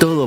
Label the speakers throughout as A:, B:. A: Todo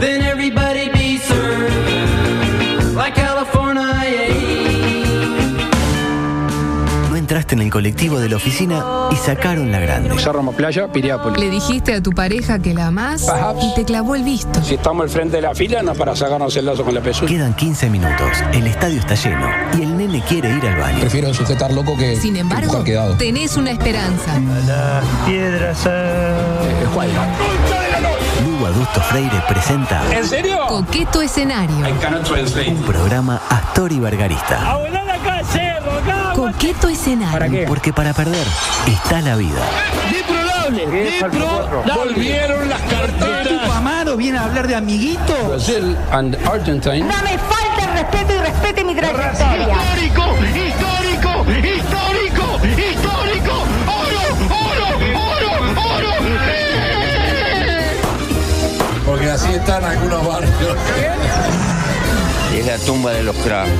B: Then everybody be served like California.
A: No entraste en el colectivo de la oficina y sacaron la grande.
C: Cerro Playa, Piriápolis.
D: Le dijiste a tu pareja que la amás
C: Perhaps.
D: y te clavó el visto.
C: Si estamos al frente de la fila, no es para sacarnos el lazo con la pezuña.
A: Quedan 15 minutos, el estadio está lleno y el nene quiere ir al baño.
E: Prefiero sujetar loco que
D: Sin embargo,
E: empujar quedado.
D: tenés una esperanza.
A: Lugo Adusto Freire presenta
C: ¿En serio?
D: Coqueto escenario.
C: cannot translate.
A: un programa Astor y Bargarista.
D: Coqueto escenario.
A: Porque para perder está la vida.
C: Volvieron las
F: Este
C: carteras.
G: Amaro viene a hablar de amiguito.
C: Brasil and Argentina.
H: No me falte el respeto y respete mi trayectoria.
I: histórico, histórico, histórico, histórico, oro, oro, oro, oro.
E: Porque así están algunos barrios.
A: Es la tumba de los cracks.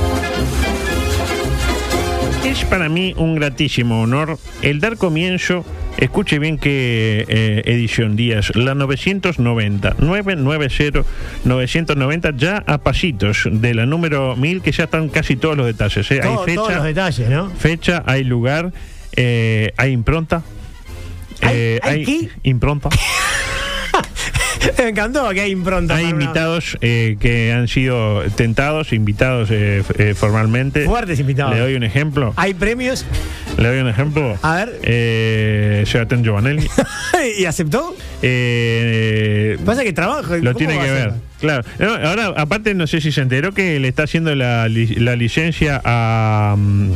J: Es para mí un gratísimo honor el dar comienzo. Escuche bien qué eh, edición Díaz, la 990, 990, 990, ya a pasitos de la número 1000, que ya están casi todos los detalles. ¿eh? hay fecha,
K: detalles, ¿no?
J: fecha, hay lugar, eh, hay impronta. eh,
K: ¿Hay- hay qué?
J: impronta.
K: Me encantó que hay impronta.
J: Hay
K: para una-
J: invitados eh, que han sido tentados, invitados eh, f- eh, formalmente.
K: Fuertes invitados.
J: Le doy un ejemplo.
K: Hay premios.
J: Le doy un ejemplo.
K: A ver.
J: Eh, Sebastián Giovanelli.
K: ¿Y aceptó?
J: Eh,
K: Pasa que trabaja.
J: lo
K: ¿cómo
J: tiene
K: va
J: que
K: a
J: ver.
K: hacer?
J: Claro. No, ahora, aparte, no sé si se enteró que le está haciendo la, li- la licencia a. mm,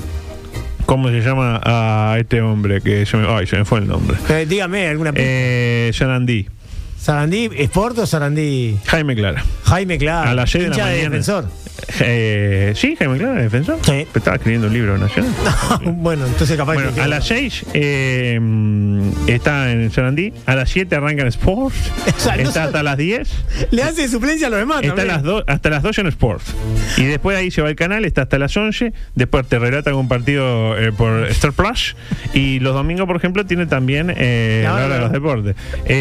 J: ¿Cómo se llama? A este hombre que se me, ay, se me fue el nombre.
K: Eh, dígame, alguna.
J: Eh, Sarandí.
K: ¿Sarandí Sport o Sarandí
J: Jaime Clara.
K: Jaime Claro?
J: A las 6 de la
K: hincha
J: mañana.
K: defensor.
J: Eh, sí, Jaime Clara, defensor.
K: Sí.
J: Estaba escribiendo un libro nacional.
K: bueno, entonces capaz
J: Bueno,
K: que.
J: a las 6 eh, mm, está en Sarandí. A las 7 arranca en Sports.
K: O sea, no
J: está
K: son-
J: hasta las 10.
K: Le hace suplencia a los demás.
J: Está a
K: Ah, también.
J: las do- hasta las 12 en Sports. Y después ahí se va el canal, está hasta las 11. Después te relatan un partido eh, por Star Plus. Y los domingos, por ejemplo, tiene también eh,
K: La
J: la
K: hora
J: hora de los
K: de-
J: deportes.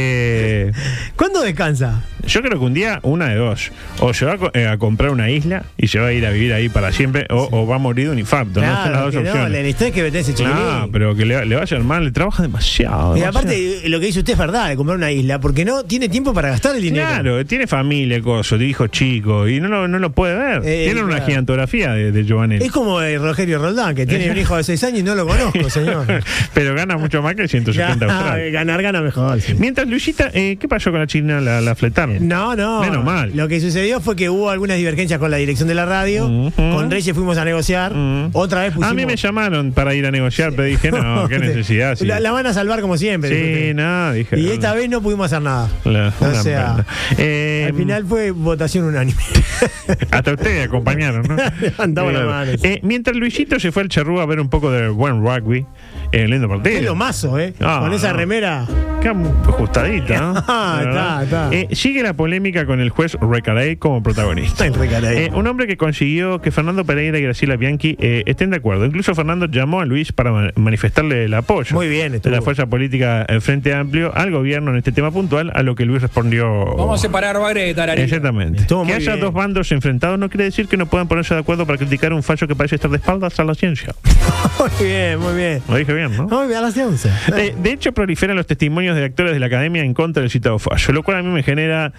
J: Eh,
K: ¿Cuándo descansa?
J: yo creo que un día, una de dos. O se va a, co- eh, a comprar una isla y se va a ir a vivir ahí para siempre. O, o va a morir de un infarto. no son las dos
K: que no,
J: opciones.
K: le necesitas que meter ese chiquilín.
J: No, pero que le, le vaya mal, le trabaja demasiado.
K: Y
J: demasiado.
K: aparte, eh, lo que dice usted es verdad, de comprar una isla, porque no tiene tiempo para gastar el dinero.
J: Claro, tiene familia, coso, tiene hijos chicos y no lo, no lo puede ver.
K: Eh,
J: Tienen una
K: claro. Este
J: gigantografía de, de Giovanelli.
K: Es como el Rogerio Roldán, que tiene un hijo de 6 años y no lo conozco, señor.
J: pero gana mucho más que el 170
K: Ah,
J: australes.
K: ganar, gana mejor. sí.
J: Mientras, Luisita, eh, ¿qué pasó con la China? ¿La, la fletaron?
K: No, no.
J: Menos mal.
K: Lo que sucedió fue que hubo algunas divergencias con la dirección de la radio.
J: Ujú.
K: Con Reyes fuimos a negociar.
J: Mm.
K: Otra vez pusimos.
J: A mí me llamaron para ir a negociar, pero dije, no, qué necesidad. sí.
K: La, la van a salvar como siempre.
J: sí,
K: disculpe.
J: no, dije.
K: Y esta vez no pudimos hacer nada.
J: La-
K: o
J: una
K: sea,
J: pena. Eh,
K: al final fue votación unánime.
J: Hasta ustedes acompañaron, ¿no?
K: Levantamos la
J: Claro.
K: mano.
J: Eh, mientras Luisito se fue al charrúa a ver un poco de buen rugby, eh, lindo partido.
K: Es lo mazo, ¿eh?
J: Ah,
K: con esa
J: no.
K: remera.
J: Acá muy ajustadita, ¿no?
K: Ah,
J: La
K: está,
J: verdad.
K: está.
J: Eh, sigue la polémica con el juez Recarey como protagonista.
K: Está en recaray.
J: Eh, un hombre que consiguió que Fernando Pereira y Graciela Bianchi eh, estén de acuerdo. Incluso Fernando llamó a Luis para ma- manifestarle el apoyo
K: Muy bien,
J: de
K: estuvo.
J: la fuerza política eh, Frente Amplio al gobierno en este tema puntual, a lo que Luis respondió.
C: Vamos a separar bares de tararí.
J: Exactamente.
K: Estuvo
J: que
K: muy
J: haya
K: bien.
J: dos bandos enfrentados no quiere decir que no puedan ponerse de acuerdo para criticar un fallo que parece estar de espaldas a la ciencia.
K: Muy bien, muy bien.
J: Lo dije bien, ¿no?
K: Muy bien, a las 11.
J: De, de hecho, proliferan los testimonios de actores de la academia en contra del citado fallo, lo cual a mí me genera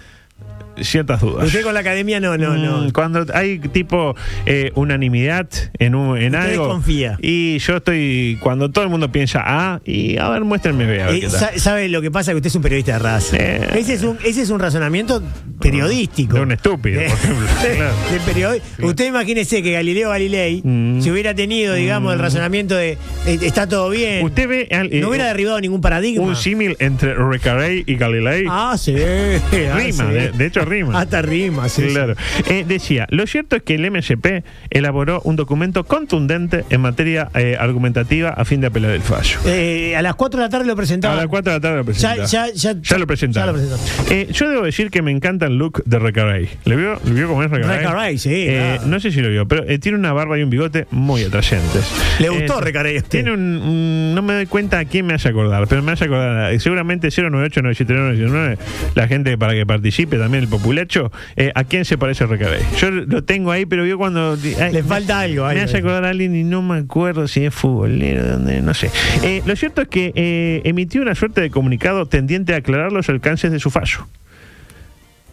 J: ciertas dudas.
K: Usted con la academia no, no, no.
J: Mm, Cuando hay tipo eh, unanimidad en, un, en
K: Usted
J: algo.
K: desconfía.
J: Y yo estoy. Cuando todo el mundo piensa A, y a ver, muéstrenme B. A ver
K: Eh,
J: qué tal.
K: sa- ¿Sabe lo que pasa? Que usted es un periodista de raza.
J: Eh.
K: Ese, es un, ese es un razonamiento periodístico. Eh,
J: De un estúpido, por ejemplo. Claro.
K: De periodi- Usted imagínese que Galileo Galilei,
J: Mm.
K: si hubiera tenido, digamos, el razonamiento de eh, está todo bien,
J: Usted ve. al- eh,
K: no hubiera derribado ningún paradigma.
J: un símil entre Recarey y Galilei.
K: Ah, sí. ah,
J: Rima,
K: sí.
J: de, de hecho rima.
K: Hasta rima, sí.
J: Claro. Eh, decía, lo cierto es que el MSP elaboró un documento contundente en materia eh, argumentativa a fin de apelar el fallo.
K: Eh, a las 4 de la tarde lo
J: A
K: presentaba.
J: las 4 de la tarde lo
K: Ya-
J: presentaron.
K: ya- ya-
J: lo presentaron.
K: ya lo presentaron.
J: Eh, yo debo decir que me encanta el look de Recaray. ¿Le vio, ¿Le vio cómo es Recaray?
K: Recaray, sí,
J: Eh,
K: claro.
J: No sé si lo vio, pero eh, tiene una barba y un bigote muy atrayentes. Eh,
K: Le gustó Recaray a usted.
J: Tiene un, un- No me doy cuenta a quién me hace acordar, pero me hace acordar. eh, Seguramente 098-979-919, la gente para que participe también, el populacho. eh, ¿A quién se parece Recaray? Yo lo tengo ahí, pero vio cuando. ay,
K: Le falta algo,
J: Me
K: algo.
J: hace acordar a alguien y no me acuerdo si es futbolero, de dónde, no sé. Eh, lo cierto es que eh, emitió una suerte de comunicado tendiente a aclarar los alcances de su fallo.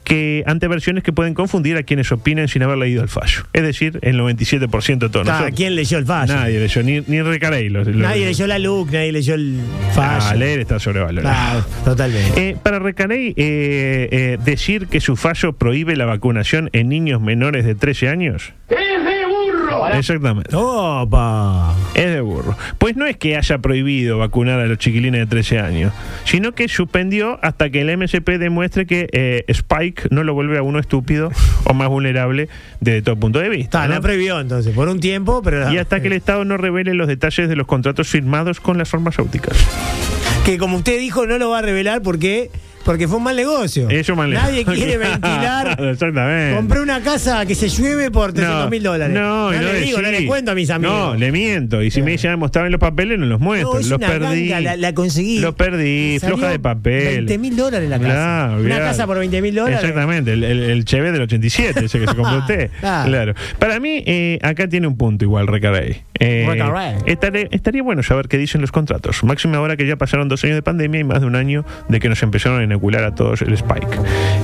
J: Que ante versiones que pueden confundir a quienes opinen sin haber leído el fallo. Es decir, el 97% de todos
K: Ah,
J: nosotros.
K: ¿Quién leyó el fallo?
J: Nadie leyó, ni, ni Recarey lo- lo-
K: Nadie leyó la look, nadie leyó el fallo.
J: Ah, leer está sobrevalorado.
K: Claro, totalmente.
J: Eh, para Recaney, eh, eh, decir que su fallo prohíbe la vacunación en niños menores de 13 años.
I: ¡Es de burro!
J: Exactamente.
K: ¡Opa!
J: Es de burro. Pues no es que haya prohibido vacunar a los chiquilines de 13 años, sino que suspendió hasta que el MSP demuestre que eh, Spike no lo vuelve a uno estúpido o más vulnerable desde todo punto de vista.
K: Está,
J: ¿no?
K: la previó entonces, por un tiempo, pero.
J: Y hasta que el Estado no revele los detalles de los contratos firmados con las farmacéuticas.
K: Que como usted dijo, no lo va a revelar porque. Porque fue un mal negocio.
J: Eso mal
K: Nadie quiere ventilar.
J: Exactamente.
K: Compré una casa que se llueve por 300 mil dólares.
J: No, y
K: le digo, no
J: decí.
K: le cuento a mis amigos.
J: No, le miento. Y si me dicen, mostraban los papeles, no los muestro.
K: No, es
J: los
K: una
J: perdí.
K: ganga, la, la conseguí.
J: Los perdí,
K: Salió
J: floja de papel.
K: 20 mil dólares la casa.
J: Claro,
K: Una
J: claro.
K: casa por 20 mil dólares. Ah,
J: Exactamente, el, el, el Chevy del 87, ese que se compró usted.
K: Claro.
J: Claro. Para mí, eh, acá tiene un punto igual, Recaray. Eh,
K: Recaray.
J: estaré- estaría bueno saber qué dicen los contratos. Máximo ahora que ya pasaron dos años de pandemia y más de un año de que nos empezaron a inocular a todos el Spike.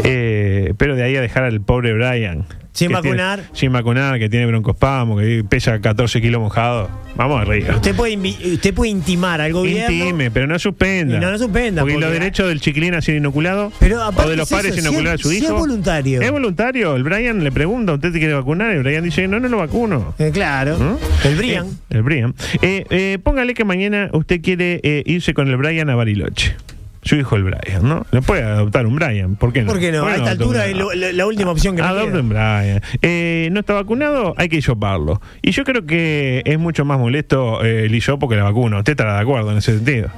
J: Eh, pero de ahí a dejar al pobre Brian.
K: Sin
J: que
K: vacunar.
J: tiene- sin vacunar, que tiene broncospasmo, que pesa 14 kilos mojado. Vamos arriba.
K: Usted puede, invi- usted puede intimar al gobierno.
J: Intime, pero no suspenda.
K: Y no, no suspenda,
J: Porque, los
K: porque-
J: derechos del chiquilín ha sido inoculado.
K: Pero
J: o
K: aparte
J: de los
K: es eso,
J: padres
K: si
J: inocular a
K: es-
J: su
K: si
J: hijo.
K: es voluntario.
J: Es voluntario. El Brian le pregunta, ¿usted te quiere vacunar? Y el Brian dice, no, no lo vacuno.
K: Eh, claro.
J: ¿Mm?
K: El Brian.
J: Eh, el Brian. Eh, eh, póngale que mañana usted quiere eh, irse con el Brian a Bariloche. Su hijo el Brian, ¿no? Le puede adoptar un Brian, ¿por qué Eh, no?
K: ¿Por qué no?
J: ¿Por
K: A
J: qué
K: esta
J: adopta
K: altura
J: un
K: es
J: Brian?
K: lo- la, la última opción que me queda.
J: Adopten Brian. Eh, no está vacunado, hay que hisoparlo. Y yo creo que es mucho más molesto eh, el hisopo que la vacuna. Usted estará de acuerdo en ese sentido.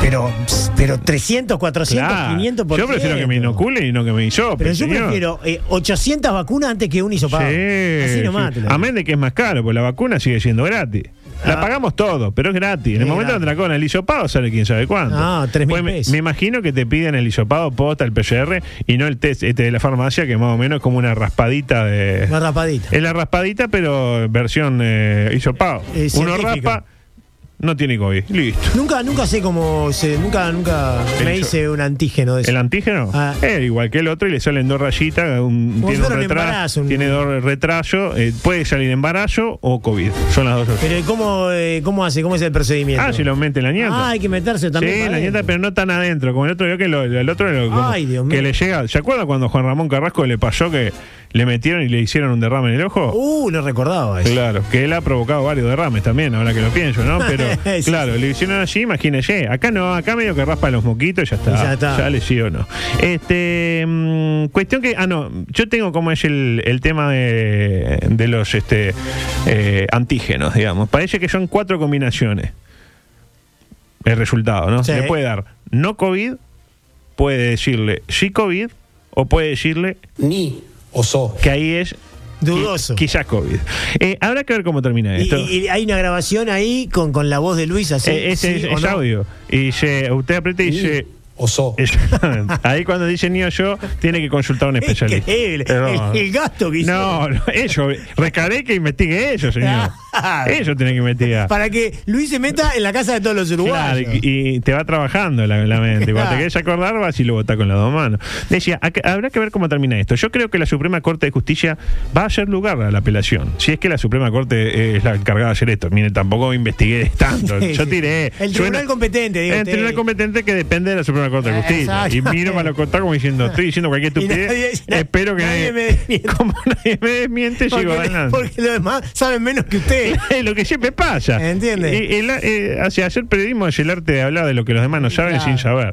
K: Pero, pero 300, 400,
J: Claro.
K: 500 por
J: Yo prefiero que me inoculen y no que me hisopen.
K: Pero yo
J: señor.
K: prefiero eh, 800 vacunas antes que un
J: Sí,
K: hisopado. Así nomás.
J: sí.
K: te lo digo.
J: Amén de que es más caro, porque la vacuna sigue siendo gratis. La
K: Ah.
J: pagamos todo, pero es gratis. En el
K: Es
J: momento
K: gratis.
J: de con el hisopado sale quién sabe cuánto. Pues
K: Ah, 3.000
J: me-
K: pesos.
J: Me imagino que te piden el hisopado posta, el PCR, y no el test este de la farmacia, que más o menos es como una raspadita de...
K: Una rapadita.
J: Es la raspadita, pero versión eh, hisopado.
K: Eh,
J: Uno
K: científico.
J: raspa, no tiene COVID. Listo.
K: Nunca, nunca sé cómo se. Nunca, nunca
J: El
K: me
J: hiso-
K: hice un antígeno de eso.
J: ¿El antígeno?
K: Ah.
J: Eh, igual que el otro y le salen dos rayitas, un-
K: Como
J: tiene,
K: si
J: un
K: fuera un
J: retraso,
K: embarazo, un-
J: tiene dos retrasos, eh, puede salir embarazo o COVID. Son las dos opciones.
K: Pero ¿y ¿cómo, eh, ¿cómo hace? ¿Cómo es el procedimiento?
J: Ah, si lo meten la nieta.
K: Ah, hay que meterse también.
J: Sí,
K: para
J: la
K: adentro.
J: nieta, pero no tan adentro, como el otro vio que lo- el otro lo- como
K: Ay, Dios
J: que
K: mío.
J: le llega. ¿Se acuerda cuando Juan Ramón Carrasco le pasó que le metieron y le hicieron un derrame en el ojo?
K: Uh, no recordaba eso.
J: Claro, que él ha provocado varios derrames también, ahora que lo pienso, ¿no? Pero
K: Sí,
J: claro, le hicieron allí, imagínese, acá no, acá medio que raspa los moquitos y ya está.
K: Y ya está.
J: le sí o no. Este, mm, cuestión que, ah, no, yo tengo como es el, el tema de, de los este, eh, antígenos, digamos. Parece que son cuatro combinaciones. El resultado, ¿no?
K: Sí.
J: Le puede dar no COVID, puede decirle sí COVID o puede decirle
E: Ni oso.
J: que ahí es
K: Dudoso.
J: qui- quizás COVID. Eh, habrá que ver cómo termina
K: Y,
J: esto.
K: y- y hay una grabación ahí con, con la voz de Luis así.
J: Eh, ese
K: ¿sí
J: es,
K: o
J: es
K: no?
J: audio. Y dice, usted aprieta y dice.
E: Oso.
J: Exactamente. Ahí cuando dice ni o yo, tiene que consultar a un especialista.
K: Increíble.
J: Perdón.
K: El, el gasto que hizo.
J: No, no, ellos, recaré que investigue ellos, señor.
K: Claro.
J: Ellos tienen que investigar.
K: Para que Luis se meta en la casa de todos los
J: Claro,
K: uruguayos.
J: y, y te va trabajando la, la mente. Cuando te
K: Claro.
J: querés acordar, vas y lo votás con las dos manos. Decía, acá- habrá que ver cómo termina esto. Yo creo que la Suprema Corte de Justicia va a hacer lugar a la apelación. Si es que la Suprema Corte eh, es la encargada de hacer esto. Mire, tampoco investigué tanto.
K: Sí,
J: Yo
K: sí.
J: tiré.
K: El tribunal competente, digo,
J: El
K: usted.
J: tribunal competente que depende de la Suprema Corte de
K: Eh,
J: Justicia. Y
K: exactamente.
J: miro para los contados como diciendo, estoy diciendo cualquier
K: Y nadie-
J: estupidez.
K: na-
J: espero que nadie,
K: nadie me desmienta.
J: como nadie me desmiente, sigo
K: porque,
J: adelante.
K: porque los demás saben menos que Sí.
J: Es lo que siempre pasa.
K: Entiende.
J: Y el- eh, o sea, hacer periodismo es el arte de hablar de lo que los demás no saben
K: Claro.
J: sin saber.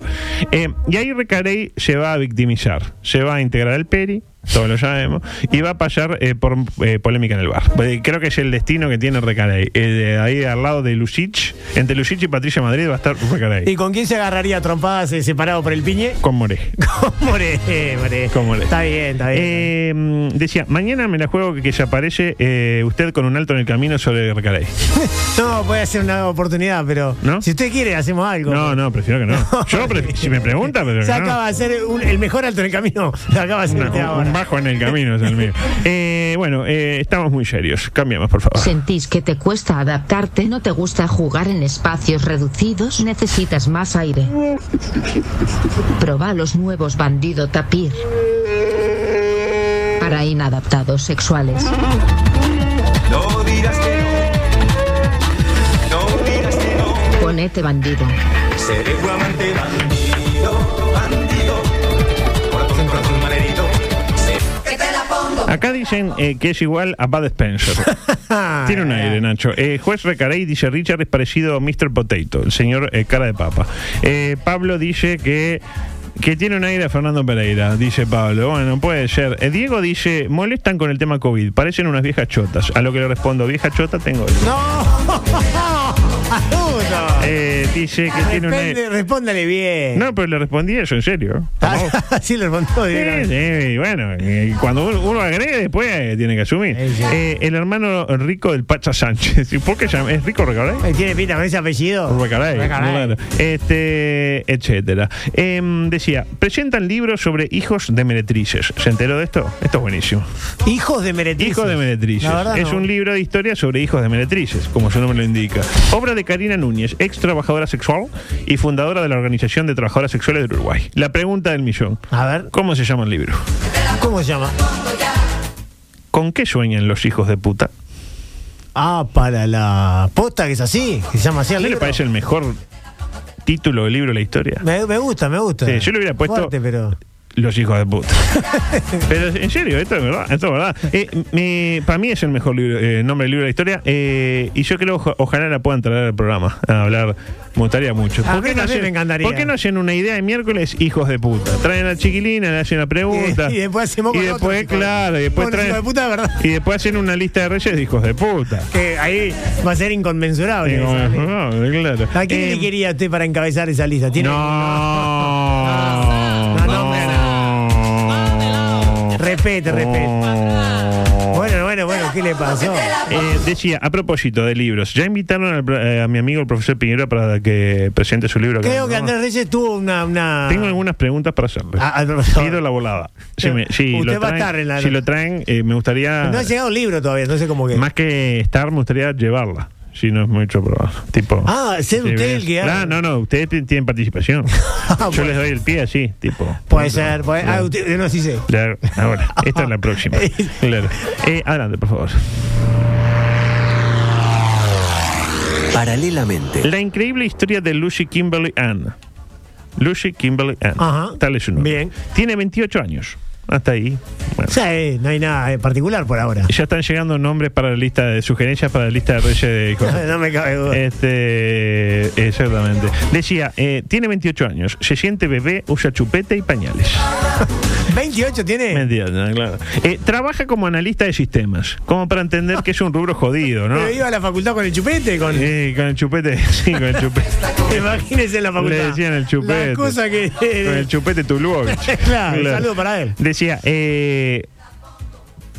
J: Eh, y ahí Recarey se va a victimizar, se va a integrar al Peri, todos lo sabemos, y va a pasar eh, por eh, polémica en el bar. Eh, creo que es el destino que tiene Recarey. Eh, de ahí al lado de Lucich, entre Lucich y Patricia Madrid va a estar Recarey.
K: ¿Y con quién se agarraría a trompadas eh, separado por el piñe?
J: Con More.
K: ¿Cómo le? More.
J: ¿Cómo le?
K: Está bien, está bien.
J: Eh, mm, decía, mañana me la juego que, que se aparece eh, usted con un alto en el camino sobre Recarey.
K: No, puede ser una oportunidad, pero
J: ¿No?
K: si usted quiere, hacemos algo.
J: No, no, prefiero que no. Yo, prefi- si me pregunta, pero
K: Se
J: que no.
K: acaba de hacer un- el mejor alto en el camino. Se acaba de hacer
J: Una-
K: usted
J: un,
K: ahora.
J: un bajo en el camino es el mío. Eh, bueno, eh, estamos muy serios. Cambiamos, por favor.
L: ¿Sentís que te cuesta adaptarte? ¿No te gusta jugar en espacios reducidos? ¿Necesitas más aire? Proba los nuevos Bandido Tapir. Para inadaptados sexuales. Ponete bandido.
J: Acá dicen eh, que es igual a Bud Spencer. Tiene un aire, Nacho. Ah, Eh, juez Recarey dice Richard es parecido a Mr. Potato, el señor eh, cara de papa. Eh, Pablo dice que... Que tiene un aire a Fernando Pereira, dice Pablo. Bueno, puede ser. Eh, Diego dice, molestan con el tema COVID, parecen unas viejas chotas. A lo que le respondo, vieja chota tengo. yo".
K: ¡No!
J: Eh, dice que tiene un
K: Responde-
J: aire...
K: respóndale bien.
J: No, pero le respondí eso, en serio.
K: Así le respondió.
J: Sí,
K: directamente.
J: sí, bueno, eh, cuando uno, uno agrega después eh, tiene que asumir.
K: Sí, sí.
J: Eh, el hermano rico del Pacha Sánchez. ¿Y por qué se llama? ¿Es rico Recaray?
K: Eh, ¿Tiene pinta con ese apellido?
J: Recaray,
K: Recaray.
J: claro. Este, etcétera. Em, decía, presentan libros sobre hijos de meretrices. ¿Se enteró de esto? Esto es buenísimo.
K: Hijos de meretrices.
J: Hijos de meretrices.
K: La verdad
J: Es
K: no.
J: un libro de historia sobre hijos de meretrices, como su nombre lo indica. Obra de Karina Núñez, ex trabajadora sexual y fundadora de la Organización de Trabajadoras Sexuales del Uruguay. La pregunta del millón.
K: A ver,
J: ¿Cómo se llama el libro?
K: ¿cómo se llama?
J: ¿Con qué sueñan los hijos de puta?
K: Ah, para la posta que es así, que se llama así.
J: ¿No
K: al
J: le
K: libro.
J: parece el mejor título del libro de la historia?
K: Me, me gusta, me gusta.
J: Sí, yo le hubiera puesto-
K: Fuerte, pero...
J: Los hijos de puta. Pero en serio, esto es verdad, esto es verdad. Eh, para mí es el mejor libro, eh, nombre del libro de la historia eh, y yo creo oja- ojalá la puedan traer al programa a hablar. Me gustaría mucho.
K: A mí también me encantaría.
J: por qué no hacen una idea de miércoles hijos de puta? Traen a Chiquilina, le hacen la pregunta.
K: Y- y después hacemos
J: Y
K: con
J: después,
K: otro hijo de-
J: claro, y después
K: con otro
J: traen.
K: hijo de puta de verdad.
J: Y después hacen una lista de reyes de hijos de puta.
K: Que ahí va a ser inconmensurable.
J: Digo,
K: esa lista.
J: ah, claro.
K: ¿A quién
J: Eh,
K: le quería usted para encabezar esa lista? ¿Tiene
J: No.
K: No, no, hombre, Respete, respete. Bueno, bueno, bueno, ¿qué le pasó?
J: Eh, decía, a propósito de libros, ya invitaron al pro- eh, a mi amigo el profesor Piñera para que presente su libro. acá en el
K: Creo que
J: programa?
K: Andrés Reyes tuvo una... una-
J: Tengo algunas preguntas para hacerle.
K: Ah, al profesor.
J: Pido la volada. Si, me- si
K: Usted
J: lo
K: va a
J: traen,
K: estar en la-
J: si lo traen, eh, me gustaría.
K: No ha llegado el libro todavía, no sé cómo que...
J: Más que estar, me gustaría llevarla. Si no es mucho probable. Tipo,
K: Ah, ser
J: si
K: usted
J: ven-
K: el que haga. Ah,
J: Ah, No, no, ustedes ti- tienen participación. Yo
K: bueno.
J: les doy el pie así, tipo.
K: Puede ser, puede... Ah, usted, no, sí sé.
J: Claro, ahora. Esta es la próxima. Claro. Eh, adelante, por favor.
A: Paralelamente.
J: La increíble historia de Lucy Kimberly Ann. Lucy Kimberly Ann.
K: Ajá.
J: Tal es su nombre.
K: Bien.
J: Tiene 28 años. Hasta ahí. Bueno.
K: Sí, no hay nada eh, particular por ahora.
J: Ya están llegando nombres para la lista de sugerencias para la lista de reyes de hijos.
K: No me cabe duda.
J: eh, Este, exactamente. Decía, eh, tiene 28 años, se siente bebé, usa chupete y pañales.
K: 28 tiene.
J: Mentira, no, claro. Eh, trabaja como analista de sistemas, como para entender que es un rubro jodido, ¿no?
K: Pero iba a la facultad con el chupete, con.
J: Eh, con el chupete, sí, con el chupete.
K: Imagínese en la facultad.
J: Le decían el chupete.
K: La cosa que.
J: Con el chupete Tuluovich.
K: Claro, un saludo para él.
J: Decía, eh,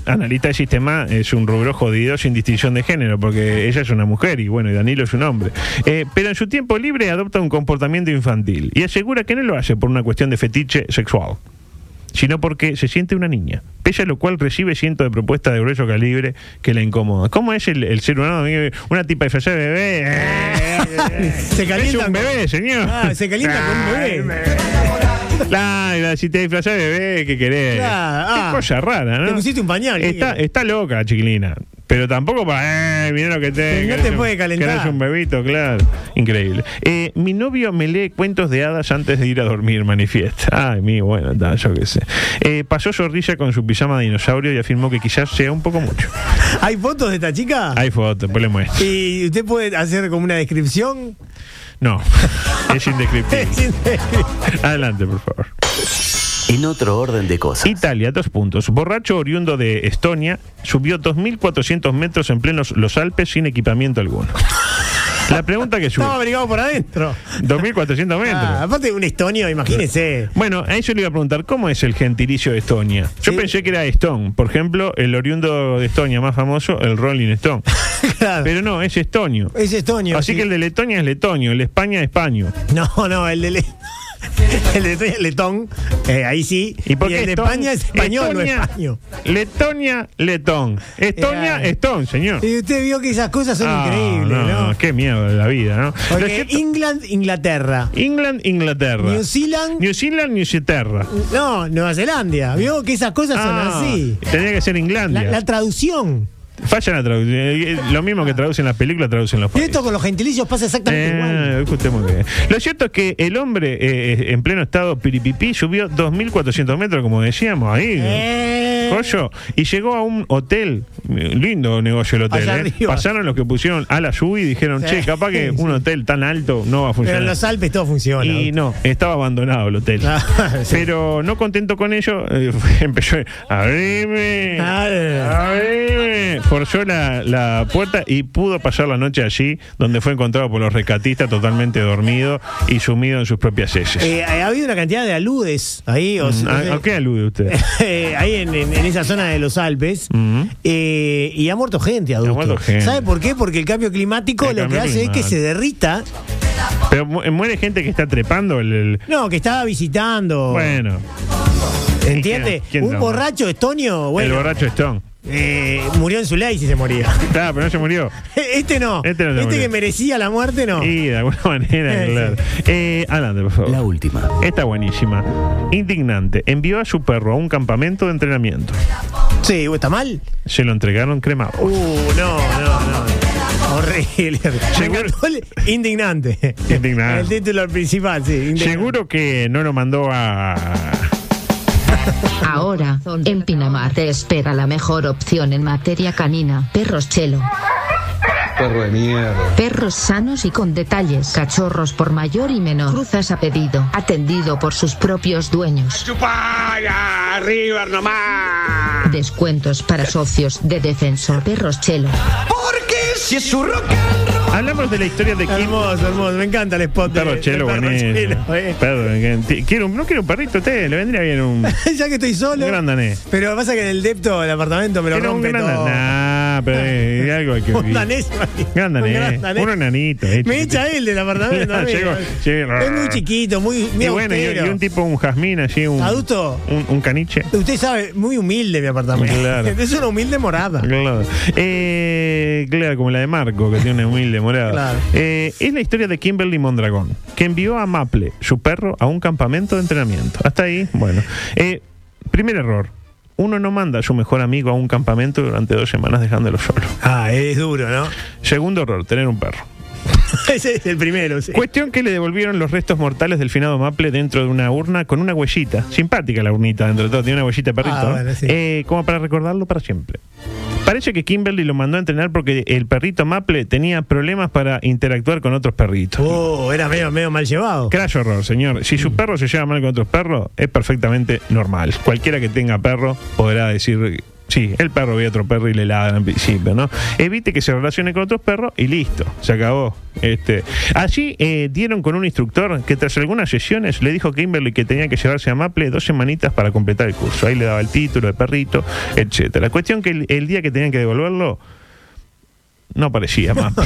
J: analista de sistema es un rubro jodido sin distinción de género, porque ella es una mujer y bueno, y Danilo es un hombre. Eh, pero en su tiempo libre adopta un comportamiento infantil y asegura que no lo hace por una cuestión de fetiche sexual sino porque se siente una niña, pese a lo cual recibe cientos de propuestas de grueso calibre que la incomoda. ¿Cómo es el, el ser humano? amigo? Una tipa disfrazada de bebé.
K: Se calienta
J: eh, Es un
K: con-
J: bebé, señor.
K: Ah, se calienta con un bebé.
J: Ay, Claro, si te disfrazás de bebé, ¿qué querés?
K: Claro, ah.
J: Qué cosa rara, ¿no?
K: Te pusiste un pañal, ¿qué
J: Está,
K: querés?
J: está loca la chiquilina. Pero tampoco para, eh, mira lo que te.
K: Pero no
J: querés
K: te
J: un-
K: puede calentar.
J: querés un bebito, claro. Increíble. Eh, mi novio me lee cuentos de hadas antes de ir a dormir, manifiesta. Ay, mi, bueno, ta, yo qué sé. Eh, pasó sonrisa con su pijama de dinosaurio y afirmó que quizás sea un poco mucho.
K: ¿Hay fotos de esta chica?
J: Hay fotos, pues le muestro.
K: ¿Y usted puede hacer como una descripción?
J: No, es indescriptible.
K: Es indescriptible.
J: Adelante, por favor.
A: En otro orden de cosas.
J: Italia, dos puntos. Borracho oriundo de Estonia subió 2.400 metros en plenos los Alpes sin equipamiento alguno. La pregunta que sube.
K: Estaba abrigado por adentro.
J: 2.400 metros.
K: Ah, aparte de un estonio, imagínese.
J: Bueno, a eso le iba a preguntar, ¿cómo es el gentilicio de Estonia? Yo
K: Sí.
J: pensé que era Stone, por ejemplo, el oriundo de Estonia más famoso, el Rolling Stone.
K: Claro.
J: Pero no, es estonio.
K: es estonio.
J: Así
K: sí.
J: que el de Letonia es letonio, el de España es españo.
K: No, no, el de Le- El de Estonia es letón, eh, ahí sí.
J: ¿Y por qué
K: el de
J: Eston-
K: España es español,
J: Estonia-
K: no español.
J: Letonia, letón. Estonia,
K: Era-
J: Stone, señor.
K: Y usted vio que esas cosas son
J: Ah,
K: increíbles, ¿no?
J: Qué miedo de la vida, ¿no? Lo
K: Porque
J: cierto-
K: England, Inglaterra.
J: England, Inglaterra.
K: New Zealand,
J: New Zealand, New Zealand.
K: no, Nueva Zelanda. Vio que esas cosas
J: Ah,
K: son así.
J: Tenía que ser Inglaterra.
K: La, la traducción.
J: Falla la traducción. Eh, eh, Lo mismo que traducen las películas, traducen los
K: Y
J: países.
K: esto con los gentilicios pasa
J: Eh,
K: exactamente igual.
J: escuché muy bien. Lo cierto es que el hombre eh, eh, en pleno estado piripipí subió 2.400 metros, como decíamos, ahí.
K: Eh.
J: Coyo, y llegó a un hotel, eh, lindo negocio el hotel,
K: Allá
J: eh.
K: arriba.
J: pasaron los que pusieron a la y dijeron,
K: Sí,
J: che, capaz que
K: sí.
J: un hotel tan alto no va a
K: Pero
J: funcionar.
K: en los Alpes todo funciona.
J: Y no, estaba abandonado el hotel.
K: Ah, sí.
J: Pero no contento con ello, eh, empezó a abrime,
K: Ah.
J: abrime. Forzó la, la puerta y pudo pasar la noche allí, donde fue encontrado por los rescatistas totalmente dormido y sumido en sus propias heces. Mm,
K: Eh, ha habido una cantidad de aludes ahí. O sea,
J: ¿A,
K: no sé.
J: a qué alude usted? Mm.
K: Eh, ahí en, en- en esa zona de los Alpes
J: Ujú.
K: eh, y ha muerto gente adulto.
J: muerto gente.
K: ¿Sabe por qué? Porque el cambio climático
J: El
K: lo
J: cambio
K: que hace es
J: climático.
K: que se derrita.
J: Pero mu- eh, muere gente que está trepando el... el-
K: No, que estaba visitando.
J: Bueno,
K: ¿Entiende?
J: ¿Quién- quién
K: Un
J: no?
K: borracho estonio, bueno,
J: el borracho Stone.
K: eh, murió en su ley si se moría.
J: Claro, pero no se murió.
K: Este no.
J: Este no se murió.
K: que merecía la muerte, no.
J: Y de alguna manera,
K: Eh, sí.
J: claro. Eh, adelante, por favor.
A: La última.
J: Está buenísima. Indignante. Envió a su perro a un campamento de entrenamiento.
K: Sí, ¿está mal?
J: Se lo entregaron cremado.
K: Uh, no, no, no. Horrible. Me
J: Seguro-
K: encantó el- Indignante.
J: Indignante.
K: El título principal, sí. indignante.
J: Seguro que no lo mandó a.
L: Ahora, en Pinamar te espera la mejor opción en materia canina. Perros chelo.
E: Perro de mierda.
L: Perros sanos y con detalles. Cachorros por mayor y menor. Cruzas a pedido. Atendido por sus propios dueños. Descuentos para socios de defensor. Perros chelo.
J: Hablamos de la historia de Kim.
K: Hermoso, hermoso. Me encanta el spot. de-
J: Perro chelo,
K: del perro
J: buenísimo.
K: chelo, eh.
J: Perro, que- ti- quiero un- no quiero un perrito, usted le vendría bien un, un
K: ya que estoy solo.
J: gran danés.
K: Pero pasa que en el depto del apartamento me lo
J: Quiero un
K: rompe
J: gran
K: todo.
J: danés. Nah, pero eh, algo hay que
K: Un danés.
J: Gran danés.
K: Un gran danés.
J: Un enanito. eh,
K: Me
J: chiquitito.
K: echa él del apartamento.
J: Nah,
K: amigo.
J: llego- llego-
K: es muy chiquito, muy, muy
J: Y bueno, y,
K: austero.
J: y un tipo, un jazmín, así, un.
K: Adulto.
J: Un, un caniche.
K: Usted sabe, muy humilde mi apartamento.
J: Claro.
K: es una humilde morada.
J: Claro. Eh, claro, como la de Marco, que tiene una humilde morada.
K: Claro.
J: Eh, es la historia de Kimberly Mondragón, que envió a Maple, su perro, a un campamento de entrenamiento. Hasta ahí, bueno. Eh, primer error. Uno no manda a su mejor amigo a un campamento durante dos semanas dejándolo solo.
K: Ah, es duro, ¿no?
J: Segundo error, tener un perro.
K: Ese es el primero. sí.
J: Cuestión que le devolvieron los restos mortales del finado Maple dentro de una urna con una huellita. Simpática la urnita, dentro de todo, tiene una huellita de perrito.
K: Ah,
J: ¿no?
K: bueno, sí.
J: Eh, como para recordarlo para siempre. Parece que Kimberly lo mandó a entrenar porque el perrito Maple tenía problemas para interactuar con otros perritos.
K: Oh, era medio, medio mal llevado.
J: Crash horror, señor. Si su perro se lleva mal con otros perros, es perfectamente normal. Cualquiera que tenga perro podrá decir, sí, el perro ve a otro perro y le ladra en principio, ¿no? Evite que se relacione con otros perros y listo, se acabó. Este, allí eh, dieron con un instructor que tras algunas sesiones le dijo a Kimberly que tenía que llevarse a Maple dos semanitas para completar el curso. Ahí le daba el título de perrito, etcétera. Cuestión que el, el día que tenían que devolverlo, no aparecía Maple.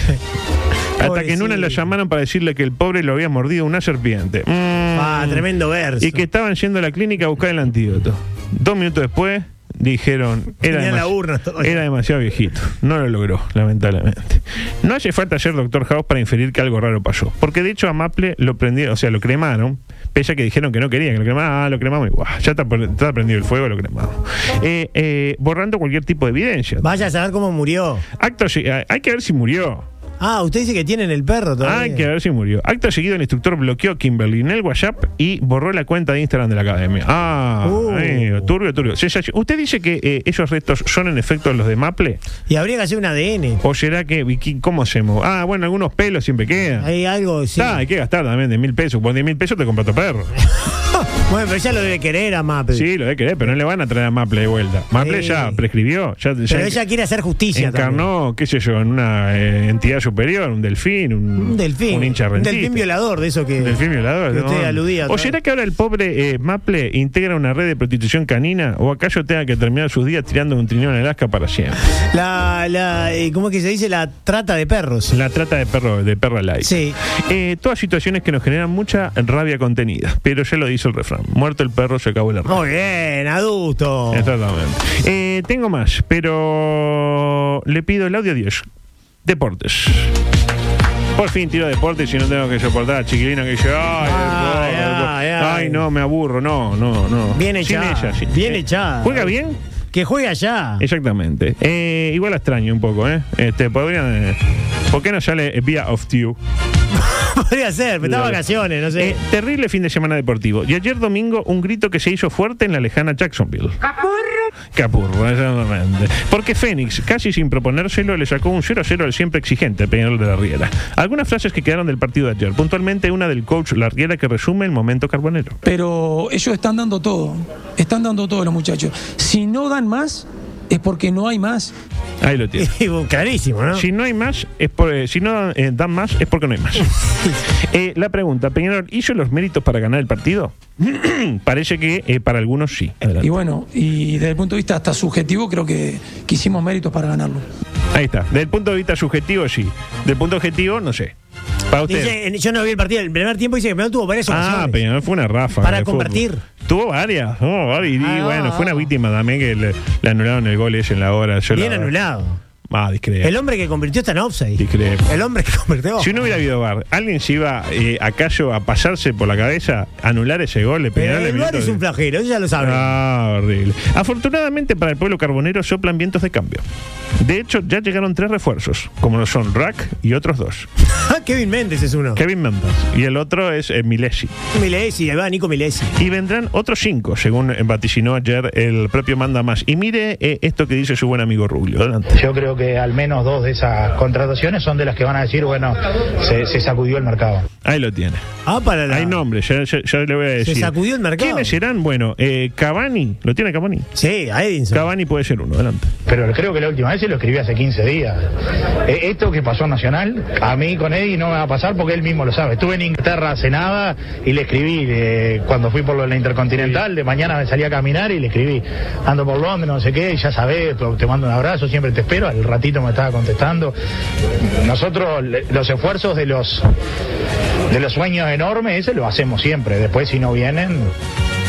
J: Hasta que en una lo
K: Pobrecito.
J: llamaron para decirle que el pobre lo había mordido una serpiente. Mm.
K: Ah, tremendo verso.
J: Y que estaban yendo a la clínica a buscar el antídoto. Dos minutos después, dijeron era,
K: Tenía la
J: demasi-
K: urna todo.
J: era demasiado viejito. No lo logró, lamentablemente. No hace falta ser doctor House para inferir que algo raro pasó. Porque de hecho a Maple lo prendieron, o sea, lo cremaron. Pese a que dijeron que no querían que lo cremaran, ah, lo cremamos y guau, ya está, pre- está prendido el fuego, lo cremamos. Eh, eh, borrando cualquier tipo de evidencia.
K: Vaya a saber cómo murió.
J: Acto se- eh, hay que ver si murió.
K: Ah, usted dice que tienen el perro todavía.
J: Hay Ah, que ver si murió. Acto seguido, el instructor bloqueó a Kimberly en el WhatsApp y borró la cuenta de Instagram de la academia. Ah,
K: Uh.
J: amigo, turbio, turbio. Sensación. ¿Usted dice que eh, esos restos son en efecto los de Maple?
K: Y habría que hacer un ADN.
J: ¿O será que, Vicky, cómo hacemos? Ah, bueno, algunos pelos siempre quedan.
K: Hay algo, sí.
J: Está, hay que gastar también de mil pesos. Con de mil pesos te compra tu perro.
K: bueno, pero ya lo debe querer a Mape.
J: Sí, lo de querer, pero no le van a traer a Maple de vuelta. Maple
K: Sí.
J: ya prescribió. Ya, ya
K: pero ella quiere hacer justicia también.
J: encarnó, qué sé yo, en una eh, entidad superior, un delfín, un,
K: Un delfín.
J: un hincha
K: Un
J: rentista.
K: delfín violador, de eso que,
J: Un delfín violador,
K: Eh, que usted
J: ¿no?
K: aludía.
J: ¿O será que ahora el pobre eh, Maple integra una red de prostitución canina? ¿O acaso tenga que terminar sus días tirando un trineo en Alaska para siempre?
K: La, la, eh, ¿Cómo es que se dice? La trata de perros.
J: La trata de perro, de perra light.
K: Sí.
J: Eh, todas situaciones que nos generan mucha rabia contenida. Pero ya lo dice el refrán. Muerto el perro, se acabó el error.
K: Muy bien, adulto.
J: Exactamente. Eh, tengo más, pero le pido el audio 10. Deportes. Por fin tiro deportes y no tengo que soportar a chiquilina que dice, ay,
K: Ay,
J: deporte, deporte".
K: ay, ay.
J: Ay, no, me aburro, no, no, no.
K: Bien
J: Sin
K: echada.
J: ella, sí.
K: Bien
J: Eh,
K: echada.
J: ¿Juega bien?
K: Que juega ya.
J: Exactamente. Eh, igual la extraño un poco, ¿eh? Este, podrían, eh, ¿Por qué no sale Via of You?
K: Podría ser, pero está de vacaciones, no sé.
J: Eh, terrible fin de semana deportivo. Y ayer domingo, un grito que se hizo fuerte en la lejana Jacksonville. ¡Capurro! Capurro, exactamente. Porque Fénix, casi sin proponérselo, le sacó un 0-0 al siempre exigente Peñarol de la Riera. Algunas frases que quedaron del partido de ayer. Puntualmente, una del coach Larriera que resume el momento carbonero.
F: Pero ellos están dando todo, están dando todo los muchachos. Si no dan más, es porque no hay más.
J: Ahí lo tiene.
K: Y, bueno, Clarísimo, ¿no?
J: Si no hay más, es por- eh, si no eh, dan más, es porque no hay más. Eh, la pregunta, Peñarol, ¿hizo los méritos para ganar el partido? Parece que eh, para algunos sí. Adelante.
F: Y bueno, y desde el punto de vista hasta subjetivo, creo que, que hicimos méritos para ganarlo.
J: Ahí está. Desde el punto de vista subjetivo, sí. Del punto objetivo, no sé. Para usted.
K: Dice, eh, yo no vi el partido. El primer tiempo dice que Peñarol tuvo varias ocasiones.
J: ah, Peñarol fue una ráfaga.
K: Para
J: de fútbol.
K: convertir.
J: Tuvo varias. no, varias. y
K: Ah,
J: bueno,
K: ah,
J: fue una
K: ah.
J: víctima también que le, le anularon el gol ese en la hora. Yo
K: Bien
J: la-
K: anulado.
J: Ah, discrepo.
K: El hombre que convirtió está en offside.
J: Discrepo.
K: El hombre que convirtió.
J: Si no hubiera habido bar, ¿alguien se iba eh, acaso a pasarse por la cabeza, anular ese gol de
K: Pero
J: Peñarol? en
K: el bar
J: minuto
K: es
J: de-
K: un flagelo, eso ya lo saben.
J: Ah, horrible. Afortunadamente para el pueblo carbonero soplan vientos de cambio. De hecho, ya llegaron tres refuerzos, como lo son Rack y otros dos.
K: Ah, Kevin Méndez es uno.
J: Kevin Mendes y el otro es eh, Milesi.
K: Milesi, ahí va Nico Milesi.
J: Y vendrán otros cinco, según eh, vaticinó ayer el propio Manda Más. Y mire eh, esto que dice su buen amigo Rubio. Adelante.
M: Yo creo que al menos dos de esas contrataciones son de las que van a decir, bueno, se, se sacudió el mercado.
J: Ahí lo tiene.
K: Ah, para la...
J: Hay nombres, ya, ya- ya le voy a decir.
K: sacudió el mercado.
J: ¿Quiénes serán? Bueno, eh, Cavani, ¿lo tiene Cavani?
K: Sí, a Edinson.
J: Cavani puede ser uno, adelante.
M: Pero creo que la última vez se lo escribí hace 15 días. Eh, Esto que pasó en Nacional, a mí con Eddie no me va a pasar porque él mismo lo sabe. Estuve en Inglaterra hace nada y le escribí eh, cuando fui por lo de la Intercontinental, de mañana me salí a caminar y le escribí, ando por Londres, no sé qué, y ya sabés, te te mando un abrazo, siempre te espero, al ratito me estaba contestando. Nosotros le- los esfuerzos de los... De los sueños enormes, ese lo hacemos siempre. Después, si no vienen,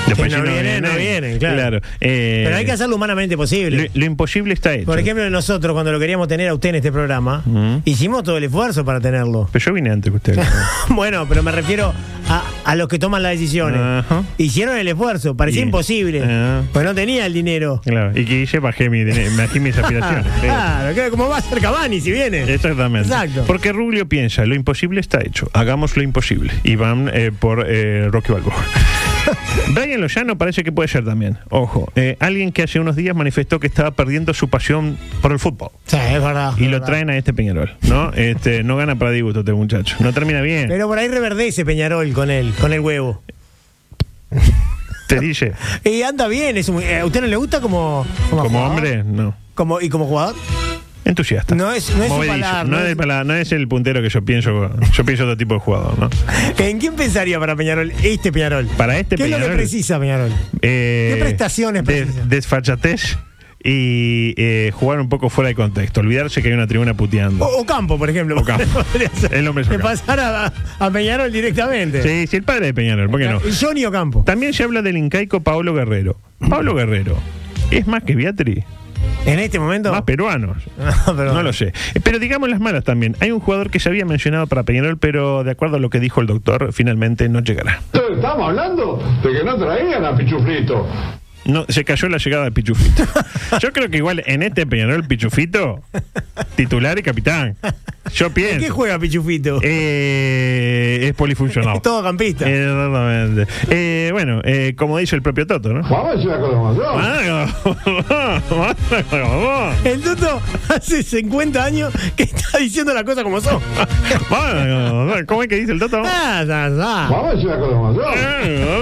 J: Después,
K: no
J: si
K: vienen, no vienen, claro.
J: eh,
K: Pero hay que hacerlo humanamente
J: Lo,
K: posible.
J: lo imposible está hecho.
K: Por ejemplo, nosotros cuando lo queríamos tener a usted en este programa,
J: Mm.
K: hicimos todo el esfuerzo para tenerlo.
J: Pero yo vine antes que usted.
K: bueno, pero me refiero a, a los que toman las decisiones.
J: Ajá.
K: Hicieron el esfuerzo, parecía
J: Y-
K: imposible.
J: Ah.
K: Pues no tenía el dinero.
J: claro. Y que hice, bajé, mi, bajé mis
K: Ah,
J: aspiraciones. Eh.
K: claro, claro, ¿cómo va a ser Cavani si viene?
J: Exactamente.
K: Exacto.
J: Porque Rubio piensa, lo imposible está hecho, hagamos lo imposible. Y van eh, por eh, Rocky Balboa. Brian Lozano parece que puede ser también. Ojo, eh, alguien que hace unos días manifestó que estaba perdiendo su pasión por el fútbol.
K: Sí, es verdad.
J: Y
K: es
J: lo
K: verdad.
J: traen a este Peñarol, ¿no? Este, no gana para disgusto este muchacho. No termina bien.
K: Pero por ahí reverdece Peñarol con él, con el huevo.
J: Te dice,
K: Y anda bien, es un- eh, ¿a usted no le gusta como, como,
J: como
K: jugador?
J: hombre, no.
K: Como, ¿Y como jugador?
J: Entusiasta.
K: No es- no es su
J: Movedizo.
K: paladar,
J: No,
K: no
J: es
K: es-
J: el paladar, no es el puntero que yo pienso. Yo pienso otro tipo de jugador, ¿no?
K: ¿En quién pensaría para Peñarol este Peñarol?
J: Para este
K: ¿Qué es lo
J: Peñarol-
K: que precisa Peñarol?
J: Eh,
K: ¿Qué prestaciones precisa?
J: desfachatez y eh, jugar un poco fuera de contexto. Olvidarse que hay una tribuna puteando.
K: O, Campo, por ejemplo.
J: Ocampo.
K: Podría ser.
J: El hombre es
K: Que
J: Ocampo.
K: pasara a, a Peñarol directamente.
J: Sí, sí, el padre de Peñarol, ¿por qué no?
K: Johnny Ocampo.
J: También se habla del incaico Paolo Guerrero. Paolo Guerrero. es más que Beatriz.
K: En este momento.
J: Más peruanos. No, lo sé. Eh, Pero digamos las malas también. Hay un jugador que se había mencionado para Peñarol, pero de acuerdo a lo que dijo el doctor, finalmente no llegará.
N: Estamos hablando de que no traían a Pichuflito.
J: No, se cayó la llegada de Pichufito. Yo creo que igual en este Peñarol Pichufito, titular y capitán. Yo pienso.
K: ¿En qué juega Pichufito?
J: Eh, es polifuncional. Es
K: todo campista.
J: Exactamente. Eh, bueno, eh, como dice el propio Toto, ¿no?
N: Vamos a decir una cosa más. ¿no?
K: El Toto hace 50 años que está diciendo las cosas como son.
J: ¿Cómo es que dice el Toto?
K: Ah, ah, ah.
N: Vamos a decir una cosa más. ¿no?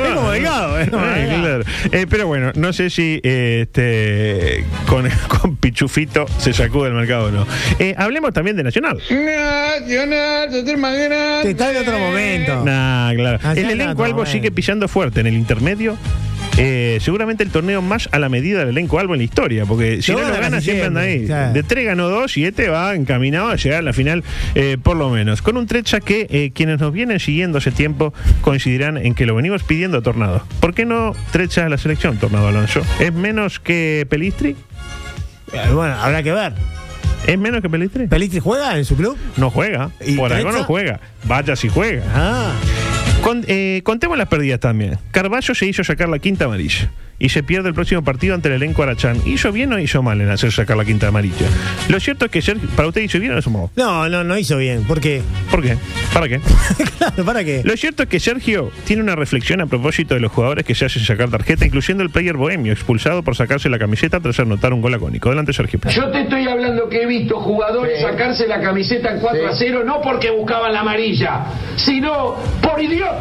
K: Es como delgado, es como
J: Eh,
K: delgado.
J: claro. Eh, pero bueno, no sé si eh, este, con, con Pichufito se sacude el mercado o no. Eh, hablemos también de Nacional.
K: Te está en otro momento.
J: Nah, claro.
K: Nacional
J: el elenco
K: no,
J: Albo
K: bueno.
J: sigue pillando fuerte en el intermedio. Eh, seguramente el torneo más a la medida del elenco Albo en la historia, porque si
K: Lo
J: no lo
K: gana
J: gana
K: casi
J: siempre anda
K: siempre,
J: ahí.
K: claro.
J: De tres ganó dos y este va encaminado a llegar a la final, eh, por lo menos. Con un trecha que eh, quienes nos vienen siguiendo hace tiempo coincidirán en que lo venimos pidiendo a Tornado. ¿Por qué no trecha a la selección, Tornado Alonso? ¿Es menos que Pelistri?
K: Eh, Bueno, habrá que ver.
J: ¿Es menos que Pelistri?
K: ¿Pelistri juega en su club?
J: No juega.
K: ¿Y
J: Por algo
K: Trecha?
J: no juega. Vaya si juega.
K: Ah.
J: Con- eh, contemos las pérdidas también. Carballo se hizo sacar la quinta amarilla y se pierde el próximo partido ante el elenco Arachán. ¿Hizo bien o hizo mal en hacer sacar la quinta amarilla? Lo cierto es que Sergio- para usted hizo bien o hizo mal.
K: No, no, no hizo bien. ¿Por qué?
J: ¿Por qué? ¿Para qué?
K: claro, ¿para qué?
J: Lo cierto es que Sergio tiene una reflexión a propósito de los jugadores que se hacen sacar tarjeta, incluyendo el player bohemio, expulsado por sacarse la camiseta tras anotar un gol agónico. Adelante, Sergio.
N: Yo te estoy hablando que he visto jugadores sacarse la camiseta en 4 a 0, no porque buscaban la amarilla, sino por idiotas.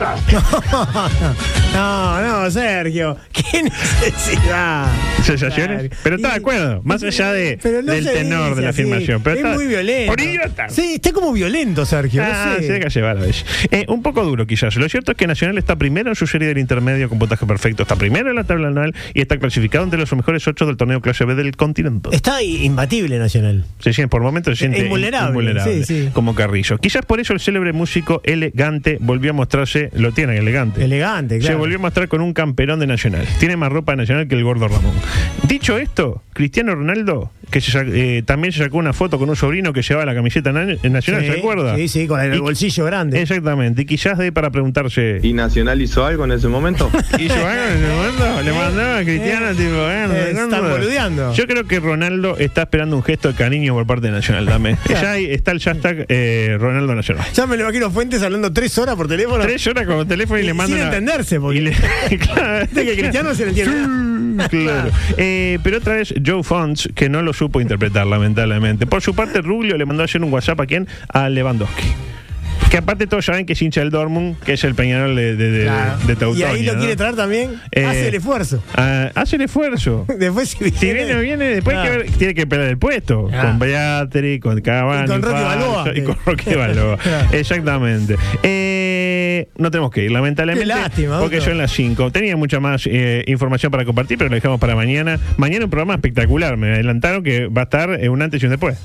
K: No, no, Sergio. ¿Qué necesidad?
J: Sensaciones.
K: Claro.
J: Pero está de
K: Y-
J: acuerdo, más allá de-
K: Pero no
J: del
K: se
J: tenor
K: dice
J: de la
K: así.
J: afirmación. Pero
K: es
J: está-
K: muy violento.
J: Por idiota.
K: Sí, está como violento, Sergio. no
J: Ah,
K: sé.
J: se deja llevar a veces. Eh, un poco duro quizás. Lo cierto es que Nacional está primero en su serie del intermedio con puntaje perfecto. Está primero en la tabla anual y está clasificado entre los mejores ocho del torneo clase B del continente.
K: Está i- imbatible Nacional.
J: Se siente, por momentos se siente
K: Invulnerable,
J: invulnerable,
K: sí, sí.
J: como Carrillo. Quizás por eso el célebre músico elegante volvió a mostrarse, lo tiene elegante.
K: Elegante, claro.
J: Se volvió a mostrar con un camperón de Nacional. Tiene más ropa de Nacional que el gordo Ramón. Dicho esto, Cristiano Ronaldo, que se sa- eh, también se sacó una foto con un sobrino que llevaba la camiseta na- Nacional,
K: Sí,
J: ¿se acuerda?
K: Sí, sí, con el
J: Y-
K: bolsillo grande.
J: Exactamente, y quizás de para preguntarse.
O: ¿Y Nacional hizo algo en ese momento?
J: ¿Y yo algo en ese momento? Le mandaba a Cristiano,
K: Eh,
J: tipo, eh, no sé
K: eh, están
J: cuándo.
K: boludeando.
J: Yo creo que Ronaldo está esperando un gesto de cariño por parte de Nacional también. ya ahí está el hashtag eh, Ronaldo Nacional.
K: Ya me lo imagino Fuentes hablando tres horas por teléfono.
J: Tres horas con el teléfono y,
K: Y
J: le manda.
K: sin
J: una-
K: entenderse, porque-
J: y le- Claro.
K: De que Cristiano se le entiende.
J: Claro. Eh, pero otra vez Joe Fonts, que no lo supo interpretar, lamentablemente. Por su parte, Rubio le mandó ayer un WhatsApp a quién? A Lewandowski. Que aparte todos saben que es hincha del Dortmund, que es el Peñarol de, de, de-
K: Claro.
J: de
K: y
J: Teutonia,
K: ahí lo
J: ¿no?
K: quiere traer también.
J: Eh,
K: hace el esfuerzo.
J: Ah, hace el esfuerzo.
K: Después si viene.
J: Si viene o viene, después hay que ver- tiene que pelear el puesto.
K: Ah.
J: Con Beatri, con Cavani.
K: Y con Roque
J: Falso,
K: Balboa. Ah.
J: Y con Roque Balboa.
K: Claro.
J: Exactamente. Eh, no tenemos que ir, lamentablemente.
K: Qué lástima,
J: Porque
K: doctor.
J: son las 5. Tenía mucha más eh, información para compartir, pero lo dejamos para mañana. Mañana un programa espectacular. Me adelantaron que va a estar eh, un antes y un después.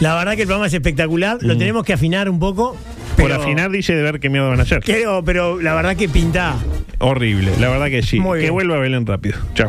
K: La verdad que el programa es espectacular. Lo
J: Mm.
K: tenemos que afinar un poco.
J: Por
K: pero-
J: afinar, dice de ver qué miedo van a hacer.
K: Creo, pero la verdad que pinta.
J: Horrible, la verdad que sí.
K: Muy
J: Que
K: bien.
J: vuelva a Belén rápido. Chao.